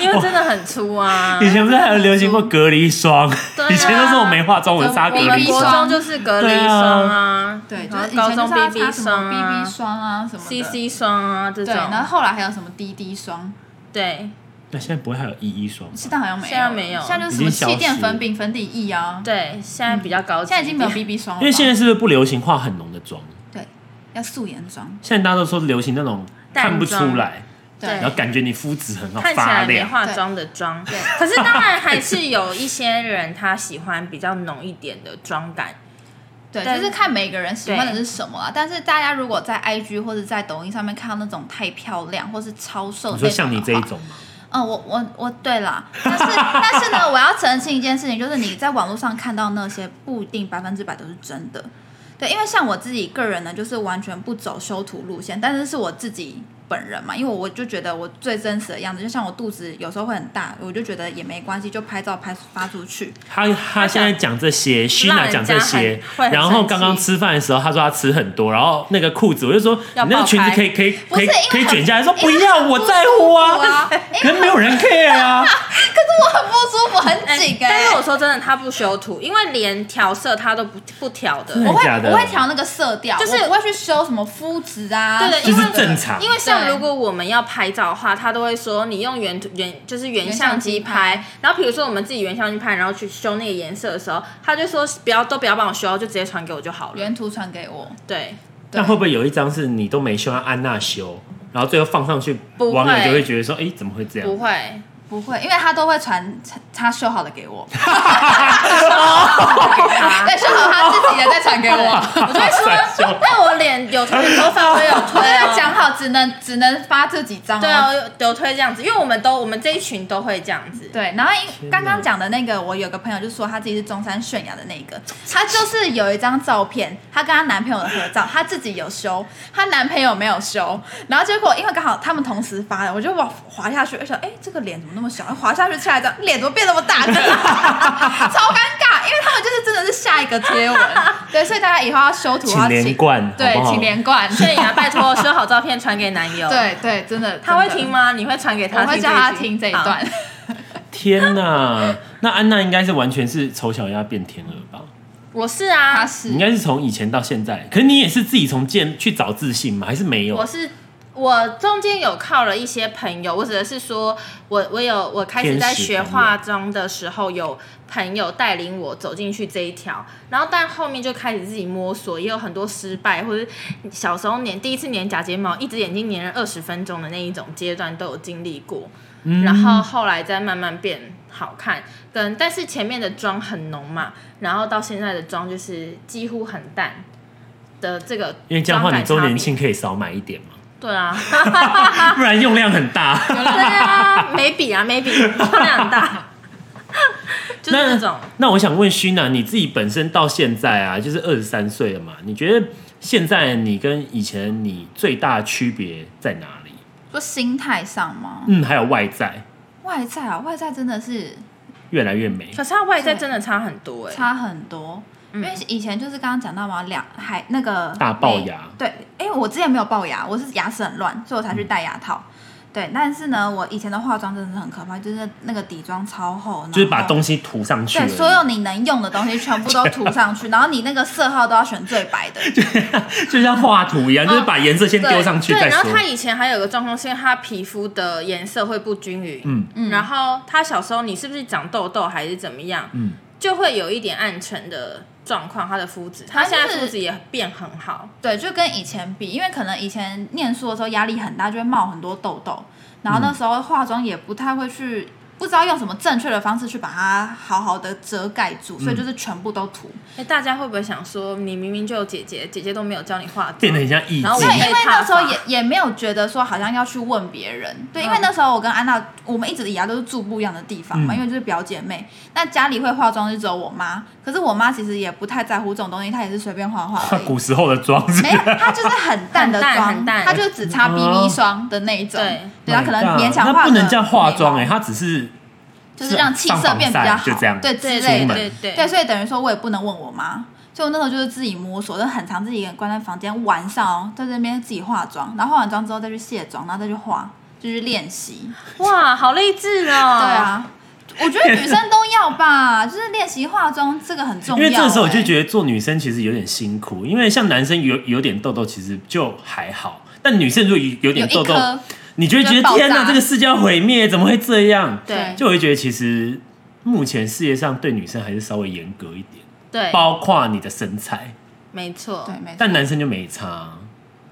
Speaker 2: 因为真的很粗啊。
Speaker 1: 以前不是还有流行过隔离霜？
Speaker 2: 对啊
Speaker 1: 以前都是我没化妆，我就擦隔
Speaker 2: 我们
Speaker 1: 离
Speaker 2: 国
Speaker 1: 霜。
Speaker 2: 中就是隔离
Speaker 1: 对啊
Speaker 2: 霜啊，
Speaker 3: 对，就
Speaker 2: 然后
Speaker 3: 是以
Speaker 2: 高
Speaker 3: 前就
Speaker 2: 中
Speaker 3: 是要擦
Speaker 2: BB
Speaker 3: 什么
Speaker 2: 霜
Speaker 3: BB
Speaker 2: 啊、
Speaker 3: 霜啊什么的
Speaker 2: CC 霜啊这
Speaker 3: 对，
Speaker 2: 种，
Speaker 3: 然后后来还有什么滴滴霜，
Speaker 2: 对
Speaker 1: 那现在不会还有依依霜吗？
Speaker 3: 现在好像没有，
Speaker 2: 现在没有
Speaker 3: 现在就是什么
Speaker 1: 已经消失
Speaker 3: 气垫粉饼、粉底液啊，
Speaker 2: 对，现在比较高级，
Speaker 3: 现在已经没有 BB 霜了吧，
Speaker 1: 因为现在是不是不流行化很浓的妆？
Speaker 3: 对要素颜妆，
Speaker 1: 现在大家都说流行那种看不出来，
Speaker 3: 对
Speaker 2: 对
Speaker 1: 然后感觉你肤质很好，
Speaker 2: 看起
Speaker 1: 发
Speaker 2: 来没
Speaker 1: 亮。
Speaker 2: 化妆的妆，可是当然还是有一些人他喜欢比较浓一点的妆感，
Speaker 3: 对，
Speaker 2: 但
Speaker 3: 就是看每个人喜欢的
Speaker 2: 对
Speaker 3: 是什么啦。啊但是大家如果在 IG 或者在抖音上面看到那种太漂亮或是超瘦，
Speaker 1: 你说像你这一，种吗？
Speaker 3: 嗯，我我我对啦。但是 但是呢，我要澄清一件事情，就是你在网络上看到那些不一定百分之百都是真的。对，因为像我自己个人呢，就是完全不走修图路线，但是是我自己本人嘛，因为我就觉得我最真实的样子，就像我肚子有时候会很大，我就觉得也没关系，就拍照拍发出去。
Speaker 1: 他他现在讲这些，徐娜讲这些
Speaker 2: 会，很
Speaker 1: 然后
Speaker 2: 生气
Speaker 1: 刚刚吃饭的时候，他说他吃很多，然后那个裤子，我就说
Speaker 2: 要
Speaker 1: 你那个裙子
Speaker 2: 爆开
Speaker 1: 可以可以
Speaker 3: 不
Speaker 1: 可
Speaker 3: 是
Speaker 1: 以
Speaker 3: 因为
Speaker 1: 可以
Speaker 3: 很
Speaker 1: 卷下来，说不
Speaker 3: 因为
Speaker 1: 要，
Speaker 3: 很
Speaker 1: 我
Speaker 3: 不
Speaker 1: 在
Speaker 3: 舒
Speaker 1: 乎
Speaker 3: 服啊
Speaker 1: 啊，
Speaker 3: 因为
Speaker 1: 可是没有人 care 啊。
Speaker 3: 我很不舒服，很
Speaker 2: 哎
Speaker 3: 紧哎、
Speaker 2: 但是我说真的，他不修图，因为连调色他都不不调的，
Speaker 1: 对
Speaker 3: 我会
Speaker 1: 假的
Speaker 3: 我会调那个色调，
Speaker 2: 就是
Speaker 3: 我不会去修什么肤质啊，
Speaker 2: 对对
Speaker 1: 就是
Speaker 2: 因为
Speaker 1: 正常
Speaker 2: 因为像
Speaker 3: 对
Speaker 2: 如果我们要拍照的话，他都会说你用原图原就是原相机
Speaker 3: 原相
Speaker 2: 拍，然后比如说我们自己原相机拍，然后去修那个颜色的时候，他就说不要都不要帮我修，就直接传给我就好了。
Speaker 3: 原图传给我，
Speaker 2: 对，
Speaker 1: 那会不会有一张是你都没修，让安娜修，然后最后放上去，
Speaker 2: 不会
Speaker 1: 网友就会觉得说，哎，怎么会这样
Speaker 2: 不？ 会，
Speaker 3: 不会，因为他都会传他他修好的给我，
Speaker 2: 啊
Speaker 3: 对，修好他自己的再传给我。
Speaker 2: 我就会 说，但我脸有推头发， 我有推
Speaker 3: 我就
Speaker 2: 哦
Speaker 3: 会。讲好，只能只能发这几张、哦。
Speaker 2: 对啊，我有有推这样子，因为我们都我们这一群都会这样子。
Speaker 3: 对，然后因刚刚讲的那个，我有个朋友就说他自己是中山泫雅的那个，她就是有一张照片，她跟她男朋友的合照，她自己有修，她男朋友没有修，然后结果因为刚好他们同时发的，我就往滑下去，我想哎这个脸怎么那么小？滑下去下一张，脸怎么变那么大？ 超尴尬，因为他们就是真的是下一个贴文，对，所以大家以后要修图
Speaker 1: 请
Speaker 3: 要
Speaker 1: 连贯，好
Speaker 3: 对，
Speaker 1: 不好
Speaker 3: 请连贯，
Speaker 2: 所以啊，拜托修好照片传给男 友。，
Speaker 3: 对对，真的
Speaker 2: 他会
Speaker 3: 真的
Speaker 2: 听吗？你会传给他？
Speaker 3: 我会叫他听这一
Speaker 2: 好
Speaker 3: 段。
Speaker 1: 天哪！那安娜应该是完全是丑小鸭变天鹅吧？
Speaker 2: 我是啊，
Speaker 3: 他
Speaker 1: 你应
Speaker 3: 是
Speaker 1: 该是从以前到现在，可是你也是自己从健去找自信吗？还是没有
Speaker 2: 我？是我中间有靠了一些朋友，我指的是说，我我有我开始在学化妆的时候，有朋友带领我走进去这一条，然后但后面就开始自己摸索，也有很多失败，或者小时候粘第一次粘假睫毛，一只眼睛粘了二十分钟的那一种阶段都有经历过，
Speaker 1: 嗯
Speaker 2: 然后后来再慢慢变好看，跟但是前面的妆很浓嘛，然后到现在的妆就是几乎很淡的这个，
Speaker 1: 因为这样的话你周年庆可以少买一点嘛，
Speaker 2: 对 啊。
Speaker 1: 不然用量很大。
Speaker 2: 对啊，眉笔啊，眉笔重量很 大，就是那种。
Speaker 1: 那我想问熏娜，你自己本身到现在啊，就是二十三岁了嘛？你觉得现在你跟以前你最大的区别在哪里？
Speaker 3: 说心态上吗？
Speaker 1: 嗯，还有外在
Speaker 3: 外在啊，外在真的是
Speaker 1: 越来越美，
Speaker 2: 可是它外在真的差很多哎、
Speaker 3: 差很多。因为以前就是刚刚讲到嘛，两还那个
Speaker 1: 嗯大龅
Speaker 3: 美
Speaker 1: 牙
Speaker 3: 对，因为我之前没有龅牙，我是牙齿很乱，所以我才去戴牙套。
Speaker 1: 嗯
Speaker 3: 对，但是呢，我以前的化妆真的是很可怕，就是那个底妆超厚，然后
Speaker 1: 就是把东西涂上去而
Speaker 3: 对
Speaker 1: 已。
Speaker 3: 所有你能用的东西全部都涂上去，然后你那个色号都要选最白的，
Speaker 1: 就像画图一样，就是把颜色先
Speaker 2: 对
Speaker 1: 丢上去
Speaker 2: 对，
Speaker 1: 再
Speaker 2: 然后
Speaker 1: 说。
Speaker 2: 他以前还有个状况，是因为他皮肤的颜色会不均匀，
Speaker 1: 嗯
Speaker 2: 嗯，然后他小时候你是不是长痘痘还是怎么样，
Speaker 1: 嗯，
Speaker 2: 就会有一点暗沉的状况，他的肤质，他
Speaker 3: 他
Speaker 2: 现在
Speaker 3: 就是
Speaker 2: 肤质也变很好，
Speaker 3: 对，就跟以前比，因为可能以前念书的时候压力很大，就会冒很多痘痘，然后那时候化妆也不太会去，不知道用什么正确的方式去把它好好的遮盖住，所以就是全部都涂。
Speaker 2: 那欸大家会不会想说，你明明就有姐姐，姐姐都没有教你化妆，
Speaker 1: 变得很像艺
Speaker 2: 然后
Speaker 1: 妓
Speaker 2: 我，
Speaker 3: 因
Speaker 2: 被
Speaker 3: 为那
Speaker 2: 踏
Speaker 3: 时候
Speaker 2: 伐
Speaker 3: 也也没有觉得说好像要去问别人，对，因为
Speaker 2: 嗯
Speaker 3: 那时候我跟安娜，我们一直以来都是住不一样的地方嘛，
Speaker 1: 嗯
Speaker 3: 因为就是表姐妹。那家里会化妆就只有我妈，可是我妈其实也不太在乎这种东西，她也是随便画画而 已。
Speaker 1: 古时候的妆是不
Speaker 3: 没
Speaker 1: 是
Speaker 3: 有，她就是很淡的
Speaker 2: 很淡
Speaker 3: 妆
Speaker 2: 很，淡
Speaker 3: 她就只擦 BB 霜的那一种，
Speaker 2: 对
Speaker 3: 对，她可能
Speaker 1: My God，
Speaker 3: 勉强
Speaker 1: 那
Speaker 3: 画
Speaker 1: 哦啊不能
Speaker 3: 个
Speaker 1: 叫化妆
Speaker 3: 眉
Speaker 1: 哎，
Speaker 3: 毛
Speaker 1: 它只是
Speaker 3: 就是让气色变比较
Speaker 1: 上防晒
Speaker 3: 好，
Speaker 1: 就这样
Speaker 3: 对之
Speaker 2: 对
Speaker 3: 类
Speaker 1: 出
Speaker 2: 对
Speaker 1: 门
Speaker 3: 的。
Speaker 2: 对对
Speaker 3: 对，所以等于说我也不能问我妈，所以我那时候就是自己摸索，就很常自己一个人关在房间，晚上哦在那边自己化妆，然后化完妆之后再去卸妆，然后再去化，就是练习。
Speaker 2: 哇，好励志哦，
Speaker 3: 对，啊，我觉得女生都要吧，就是练习化妆这个很重
Speaker 1: 因
Speaker 3: 要、欸
Speaker 1: 为这个时候我就
Speaker 3: 得，
Speaker 1: 觉得做女生其实有点辛苦，因为像男生有有点痘痘其实就还好，但女生如果有有点
Speaker 3: 有
Speaker 1: 痘
Speaker 3: 一
Speaker 1: 痘，
Speaker 3: 颗
Speaker 1: 你就会觉
Speaker 3: 就
Speaker 1: 得
Speaker 3: 爆炸
Speaker 1: 天哪，这个世界要毁灭，怎么会这样？
Speaker 2: 对
Speaker 1: 就我会觉得其实目前世界上对女生还是稍微严格一点，
Speaker 2: 对，
Speaker 1: 包括你的身材，
Speaker 2: 没错，
Speaker 3: 对，没错。
Speaker 1: 但男生就没差，啊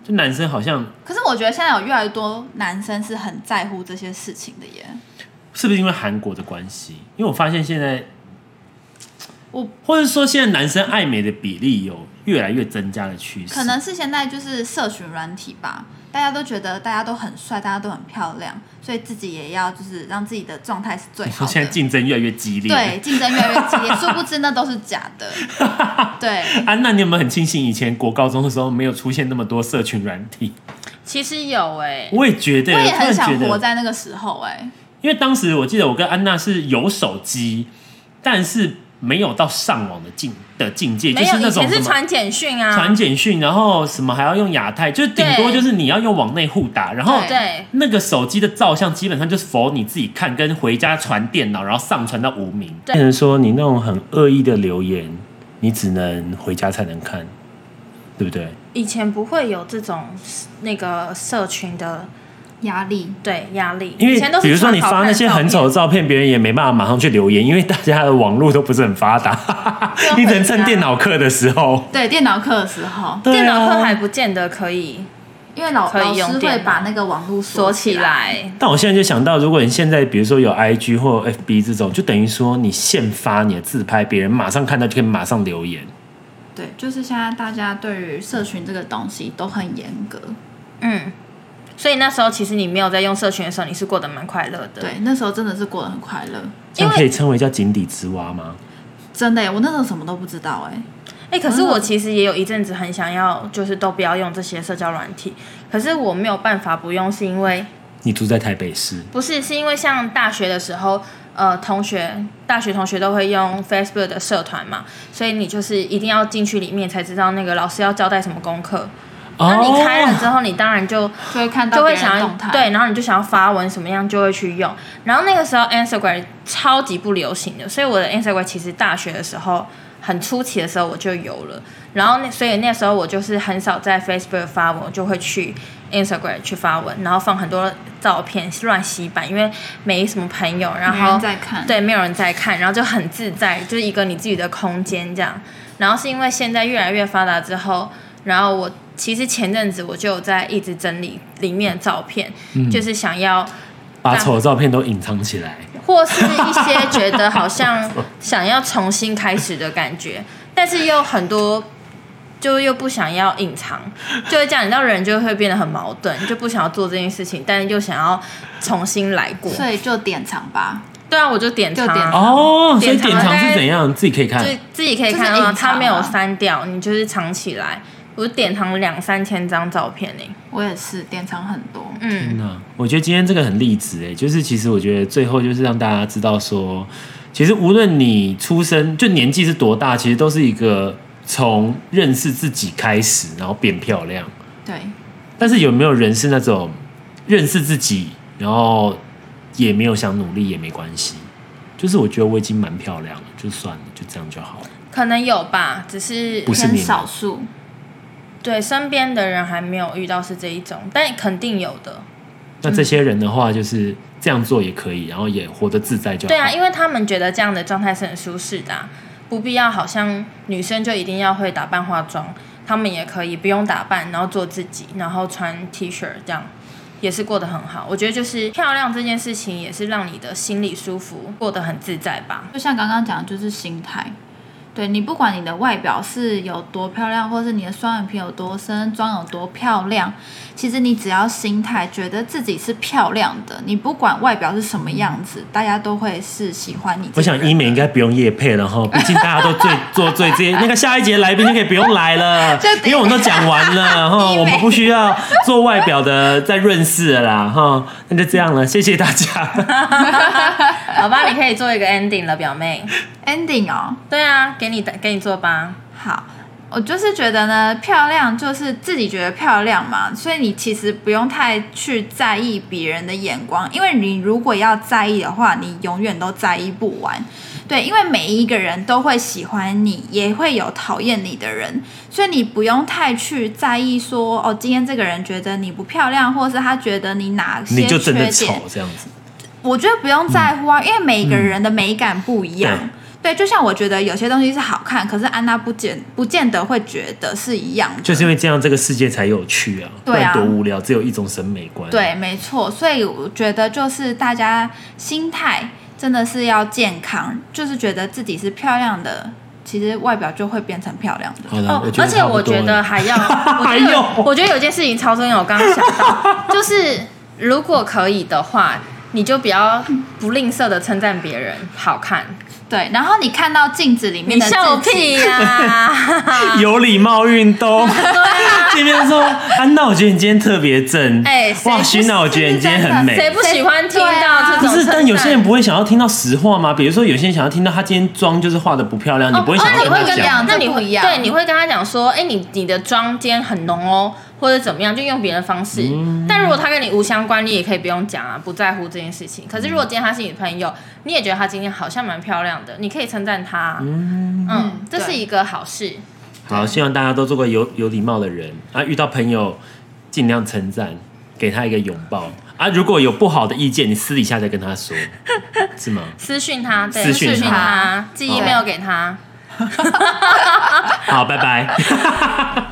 Speaker 1: 就男生好像
Speaker 3: 可是我觉得现在有越来越多男生是很在乎这些事情的耶。
Speaker 1: 是不是因为韩国的关系？因为我发现现在
Speaker 3: 我
Speaker 1: 或者说现在男生爱美的比例有越来越增加的趋势，
Speaker 3: 可能是现在就是社群软体吧，大家都觉得大家都很帅，大家都很漂亮，所以自己也要就是让自己的状态是最好
Speaker 1: 说现在
Speaker 3: 的。
Speaker 1: 竞争越来越激烈。
Speaker 3: 对，竞争越来越激烈，殊不知那都是假 的。对，
Speaker 1: 安啊娜，你有没有很庆幸以前国高中的时候没有出现那么多社群软体？
Speaker 2: 其实有哎、
Speaker 1: 我也觉得，
Speaker 3: 我也
Speaker 1: 突然
Speaker 3: 很想
Speaker 1: 觉
Speaker 3: 活
Speaker 1: 得
Speaker 3: 在那个时候哎、
Speaker 1: 因为当时我记得我跟安娜是有手机，但是没有到上网的境的境界，就
Speaker 2: 没有，
Speaker 1: 那
Speaker 2: 以
Speaker 1: 种
Speaker 2: 前
Speaker 1: 什
Speaker 2: 是
Speaker 1: 么
Speaker 2: 传简讯啊，
Speaker 1: 传简讯，然后什么还要用亚太，就是顶多
Speaker 2: 对
Speaker 1: 就是你要用往内互打，然后
Speaker 3: 对
Speaker 2: 对
Speaker 1: 那个手机的照相基本上就是否你自己看，跟回家传电脑，然后上传到无名，
Speaker 2: 对
Speaker 1: 变成说你那种很恶意的留言，你只能回家才能看，对不对？
Speaker 2: 以前不会有这种那个社群的
Speaker 3: 压力。
Speaker 2: 对压力，
Speaker 1: 因为
Speaker 2: 以前都是
Speaker 1: 比如说你
Speaker 2: 传好
Speaker 1: 发那
Speaker 2: 看
Speaker 1: 些
Speaker 2: 的
Speaker 1: 很
Speaker 2: 照
Speaker 1: 丑
Speaker 2: 片
Speaker 1: 的照片，别人也没办法马上去留言，因为大家的网络都不是很发达，
Speaker 2: 啊
Speaker 1: 你只能趁电脑课的时候。
Speaker 3: 对，电脑课的时候，
Speaker 1: 对
Speaker 2: 电脑课还
Speaker 1: 啊，
Speaker 2: 不见得可以
Speaker 3: 因为老
Speaker 2: 可以
Speaker 3: 老
Speaker 2: 用
Speaker 3: 师会
Speaker 2: 电脑
Speaker 3: 把那个网络
Speaker 2: 锁
Speaker 3: 起
Speaker 2: 起。来，
Speaker 1: 但我现在就想到，如果你现在比如说有 IG 或 FB 这种，就等于说你现发你的自拍，别人马上看到就可以马上留言。
Speaker 3: 对，就是现在大家对于社群这个东西都很严格。
Speaker 2: 嗯。所以那时候其实你没有在用社群的时候，你是过得蛮快乐的。
Speaker 3: 对，那时候真的是过得很快乐，
Speaker 1: 这样可以称为叫井底之蛙吗？
Speaker 3: 真的耶，我那时候什么都不知道哎。
Speaker 2: 哎、可是我其实也有一阵子很想要，就是都不要用这些社交软体，可是我没有办法不用，是因为
Speaker 1: 你住在台北市，
Speaker 2: 不是，是因为像大学的时候，呃，同学大学同学都会用 Facebook 的社团嘛，所以你就是一定要进去里面才知道那个老师要交代什么功课。
Speaker 1: 哦
Speaker 2: 那你开了之后，你当然就
Speaker 3: 就会看到
Speaker 2: 就会
Speaker 3: 别人
Speaker 2: 想要
Speaker 3: 动态，
Speaker 2: 对，然后你就想要发文什么样就会去用。然后那个时候 Instagram 超级不流行的，所以我的 Instagram 其实大学的时候很初期的时候我就有了，然后那所以那时候我就是很少在 Facebook 发文，我就会去 Instagram 去发文，然后放很多照片乱洗版，因为没什么朋友，然
Speaker 3: 没
Speaker 2: 后
Speaker 3: 人在看
Speaker 2: 对，没有人在看，然后就很自在，就是一个你自己的空间这样。然后是因为现在越来越发达之后，然后我其实前阵子我就有在一直整理里面的照片，就是想要
Speaker 1: 把丑的照片都隐藏起来。
Speaker 2: 或是一些觉得好 像想要重新开始的感觉，但是又很多就又不想要隐藏，就会这样，你知道人就会变得很矛盾，就不想要做这件事情，但是又想要重新来过。
Speaker 3: 所以就典藏吧。
Speaker 2: 对啊，我就点
Speaker 3: 就点
Speaker 2: 它，
Speaker 1: 哦，所以
Speaker 2: 典藏
Speaker 1: 典藏
Speaker 2: 大
Speaker 1: 是
Speaker 2: 概
Speaker 1: 怎样？自己可以看
Speaker 2: 就。自己可以看
Speaker 3: 就是隐
Speaker 2: 到
Speaker 3: 藏
Speaker 2: 它没有
Speaker 3: 啊
Speaker 2: 删掉，你就是藏起来。我典藏两三千张照片呢、欸
Speaker 3: 我也是典藏很多，
Speaker 2: 嗯，
Speaker 1: 那啊我觉得今天这个很励志哎，就是其实我觉得最后就是让大家知道说，其实无论你出生就年纪是多大，其实都是一个从认识自己开始，然后变漂亮。
Speaker 3: 对，
Speaker 1: 但是有没有人是那种认识自己，然后也没有想努力也没关系？就是我觉得我已经蛮漂亮了，就算了，就这样就好了。
Speaker 2: 可能有吧，只是
Speaker 1: 不是
Speaker 3: 很
Speaker 1: 你吗
Speaker 3: 少数。
Speaker 2: 对身边的人还没有遇到是这一种，但肯定有的。
Speaker 1: 那这些人的话，就是这样做也可以，然后也活得自在就好。
Speaker 2: 对啊，因为他们觉得这样的状态是很舒适的啊、不必要好像女生就一定要会打扮化妆，她们也可以不用打扮，然后做自己，然后穿 T 恤这样。也是过得很好，我觉得就是漂亮这件事情，也是让你的心里舒服，过得很自在吧。
Speaker 3: 就像刚刚讲，的就是心态。对你不管你的外表是有多漂亮，或是你的双眼皮有多深，妆有多漂亮，其实你只要心态觉得自己是漂亮的，你不管外表是什么样子，大家都会是喜欢你这个人。
Speaker 1: 我想医美应该不用夜配了哈，毕竟大家都 最做最这那个下一节来宾就可以不用来了
Speaker 3: 就，
Speaker 1: 因为我们都讲完了哈，
Speaker 3: 医美
Speaker 1: 我们不需要做外表的再润饰了啦哈，那就这样了，谢谢大 家。
Speaker 2: 好吧，你可以做一个 ending 了，表妹。
Speaker 3: ending 哦，
Speaker 2: 对啊，给你给你做吧。
Speaker 3: 好，我就是觉得呢，漂亮就是自己觉得漂亮嘛，所以你其实不用太去在意别人的眼光，因为你如果要在意的话，你永远都在意不完。对，因为每一个人都会喜欢你，也会有讨厌你的人，所以你不用太去在意说哦，今天这个人觉得你不漂亮，或是他觉得你哪些
Speaker 1: 你就真的
Speaker 3: 缺点
Speaker 1: 丑这样子，
Speaker 3: 我觉得不用在乎啊，因为每一个人的美感不一样。
Speaker 1: 嗯
Speaker 3: 对，就像我觉得有些东西是好看，可是安娜不见不见得会觉得是一样的。
Speaker 1: 就是因为这样这个世界才有趣啊，不
Speaker 3: 对
Speaker 1: 然
Speaker 3: 啊
Speaker 1: 多无聊，只有一种审美观。
Speaker 3: 对，没错。所以我觉得就是大家心态真的是要健康，就是觉得自己是漂亮的，其实外表就会变成漂亮的。
Speaker 1: 好的，我觉得
Speaker 2: 哦而且
Speaker 1: 差不
Speaker 2: 我
Speaker 1: 多
Speaker 2: 觉
Speaker 1: 了
Speaker 2: 得 还要，我觉得有
Speaker 1: 还有
Speaker 2: 我觉得有件事情超重要，我刚刚想 到，就是如果可以的话，你就不要不吝啬的称赞别人好看，
Speaker 3: 对，然后你看到镜子里面
Speaker 2: 你
Speaker 3: 的
Speaker 2: 笑
Speaker 3: 自己
Speaker 2: 屁 呀、
Speaker 1: 哎 有礼貌运动。这边说安娜，我觉得你今天特别正。
Speaker 2: 啊哎谁
Speaker 1: 哇，
Speaker 2: 不
Speaker 1: 徐娜，我觉得你今天很美。
Speaker 2: 谁不喜欢听到这种
Speaker 1: 不
Speaker 2: 称赞？
Speaker 1: 是，但有些人不会想要听到实话吗？比如说，有些人想要听到他今天妆就是化的不漂亮，你不会想要
Speaker 2: 哦
Speaker 1: 跟
Speaker 2: 那
Speaker 1: 他
Speaker 2: 你会
Speaker 1: 讲。
Speaker 2: 那你
Speaker 3: 这不
Speaker 2: 会
Speaker 3: 一样
Speaker 2: 对，你会跟他讲说，哎、你你的妆今天很浓哦，或者怎么样，就用别人的方式。
Speaker 1: 嗯
Speaker 2: 但如果他跟你无相关，你也可以不用讲啊，不在乎这件事情。可是如果今天他是你的朋友，你也觉得他今天好像蛮漂亮的，你可以称赞他、啊。嗯这是
Speaker 3: 对
Speaker 2: 一个好事。
Speaker 1: 好，希望大家都做个有有礼貌的人啊，遇到朋友尽量称赞，给他一个拥抱啊。如果有不好的意见，你私底下再跟他说，是吗？
Speaker 2: 私讯他，对，
Speaker 1: 私讯他哦
Speaker 2: 他，寄
Speaker 1: 好
Speaker 2: email 给他，
Speaker 1: 好，拜 拜，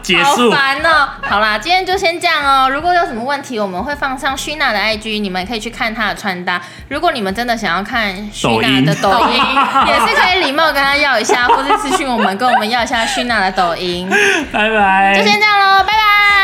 Speaker 1: 结
Speaker 2: 好
Speaker 1: 束。
Speaker 2: 烦哦。好啦，今天就先这样哦。如果有什么问题，我们会放上虚娜的 IG，你们可以去看她的穿搭。如果你们真的想要看虚娜的抖
Speaker 1: 抖
Speaker 2: 音，也是可以礼貌跟她要一下，或者私讯我们，跟我们要一下虚娜的抖音。
Speaker 1: 拜拜，
Speaker 2: 就先这样喽，拜拜，